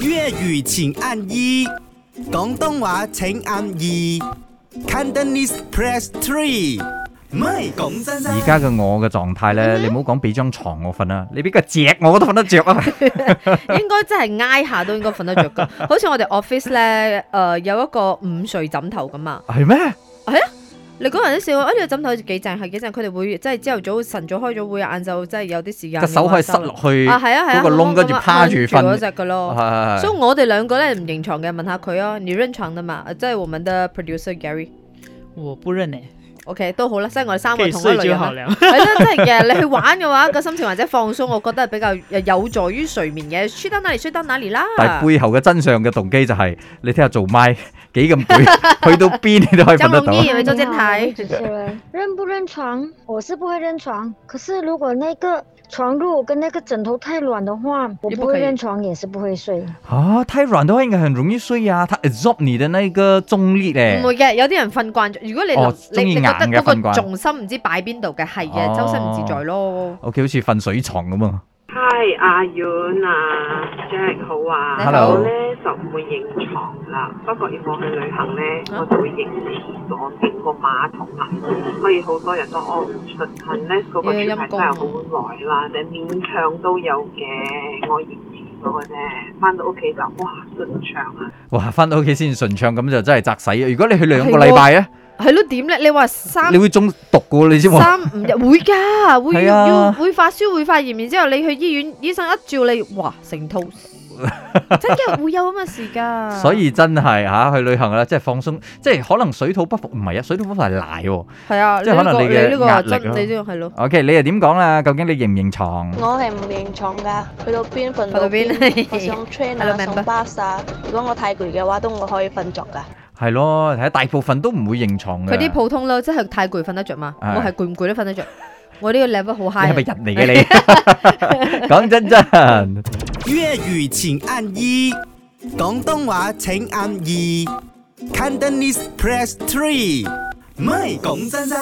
粤语请按一，广东话请按二，Cantonese press three。唔係講真真而，家嘅我嘅狀態嗯咧，你唔好講俾張床我瞓啊啦，你俾個隻我都瞓得着 啊！應該真係挨下都應該瞓得着噶。 好似我哋 office 咧，诶、有一個午睡枕頭咁啊。係咩？你嗰人都笑，啊呢、個枕頭幾正，係幾正。佢哋會即係朝頭早晨早開咗會，晏晝即係有啲時間隻手可以塞落去啊，係啊係啊，嗰個窿，跟住趴住嗰瞓。只噶咯。係所以我哋兩個咧唔認床嘅，問下佢啊，你認床的嘛？即係我們的 producer Gary，OK、我不认诶、都好啦，即係我哋三可個以同一睡類就人啦啊好。了。 係咯，真係嘅。你去玩嘅話，個心情或者放鬆，我覺得係比較有助於睡眠嘅。輸到哪裡，輸到哪裡啦。但係背後嘅真相嘅動機就係，你聽下做麥 幾咁背， 去到邊你都可以瞓張得龍到。一有你做好，電台我是。主持人，认不认床？我是不会认床，可是如果那个床褥跟那个枕头太软的话，我也不不会可以认床，也是不会睡。啊，太软的话应该很容易睡呀、它 absorb 你的那个重力咧唔。會嘅，有啲人瞓慣咗。如果你哦你鍾你意覺得硬嘅嗰瞓個慣重心唔知擺邊度嘅，係哦嘅，周身唔自在咯。 OK，好似瞓水床咁啊。 Hi，阿遠啊，Jack 好啊。 Hello 我咧就唔會認床啦，不過如果去旅行咧，啊我就會認廁所認個馬桶啊，所以好多人都屙唔出。近咧嗰個哎呀潮陰牌公真啊係好耐啦，你勉強都有嘅，我認廁所嘅啫。翻到屋企就哇順暢啊！哇，翻到屋企先順暢，咁就真係砸洗啊！如果你去兩個禮拜咧，係咯，點咧？你話三你會中毒噶喎，你知冇？三五日會㗎，會係啊要會發燒會發炎，然之後你去醫院，醫生一照你，哇， 成套真嘅會有咁嘅事㗎。所以真係嚇、去旅行啦，即係放鬆，即係可能水土不服，唔係啊，水土不服係奶喎。係啊，即係可能呢個你嘅呢個壓力真，咯你呢個係咯， OK，你又點講啦？究竟你認唔認床？我係唔認床㗎，去到邊瞓到到邊邊，我上 train Hello，啊， member 上 bus 啊，如果我太攰嘅話，都我可以瞓着㗎。係咯，睇大部分都唔會認床嘅。佢啲普通咯，即係太攰瞓得着嘛。係我係攰唔攰都瞓得着，我呢個 level 好 high 你啊係。咪人嚟嘅你？ 講真真。粵語請按一，廣東話請按二，Cantonese press three。唔係講真真。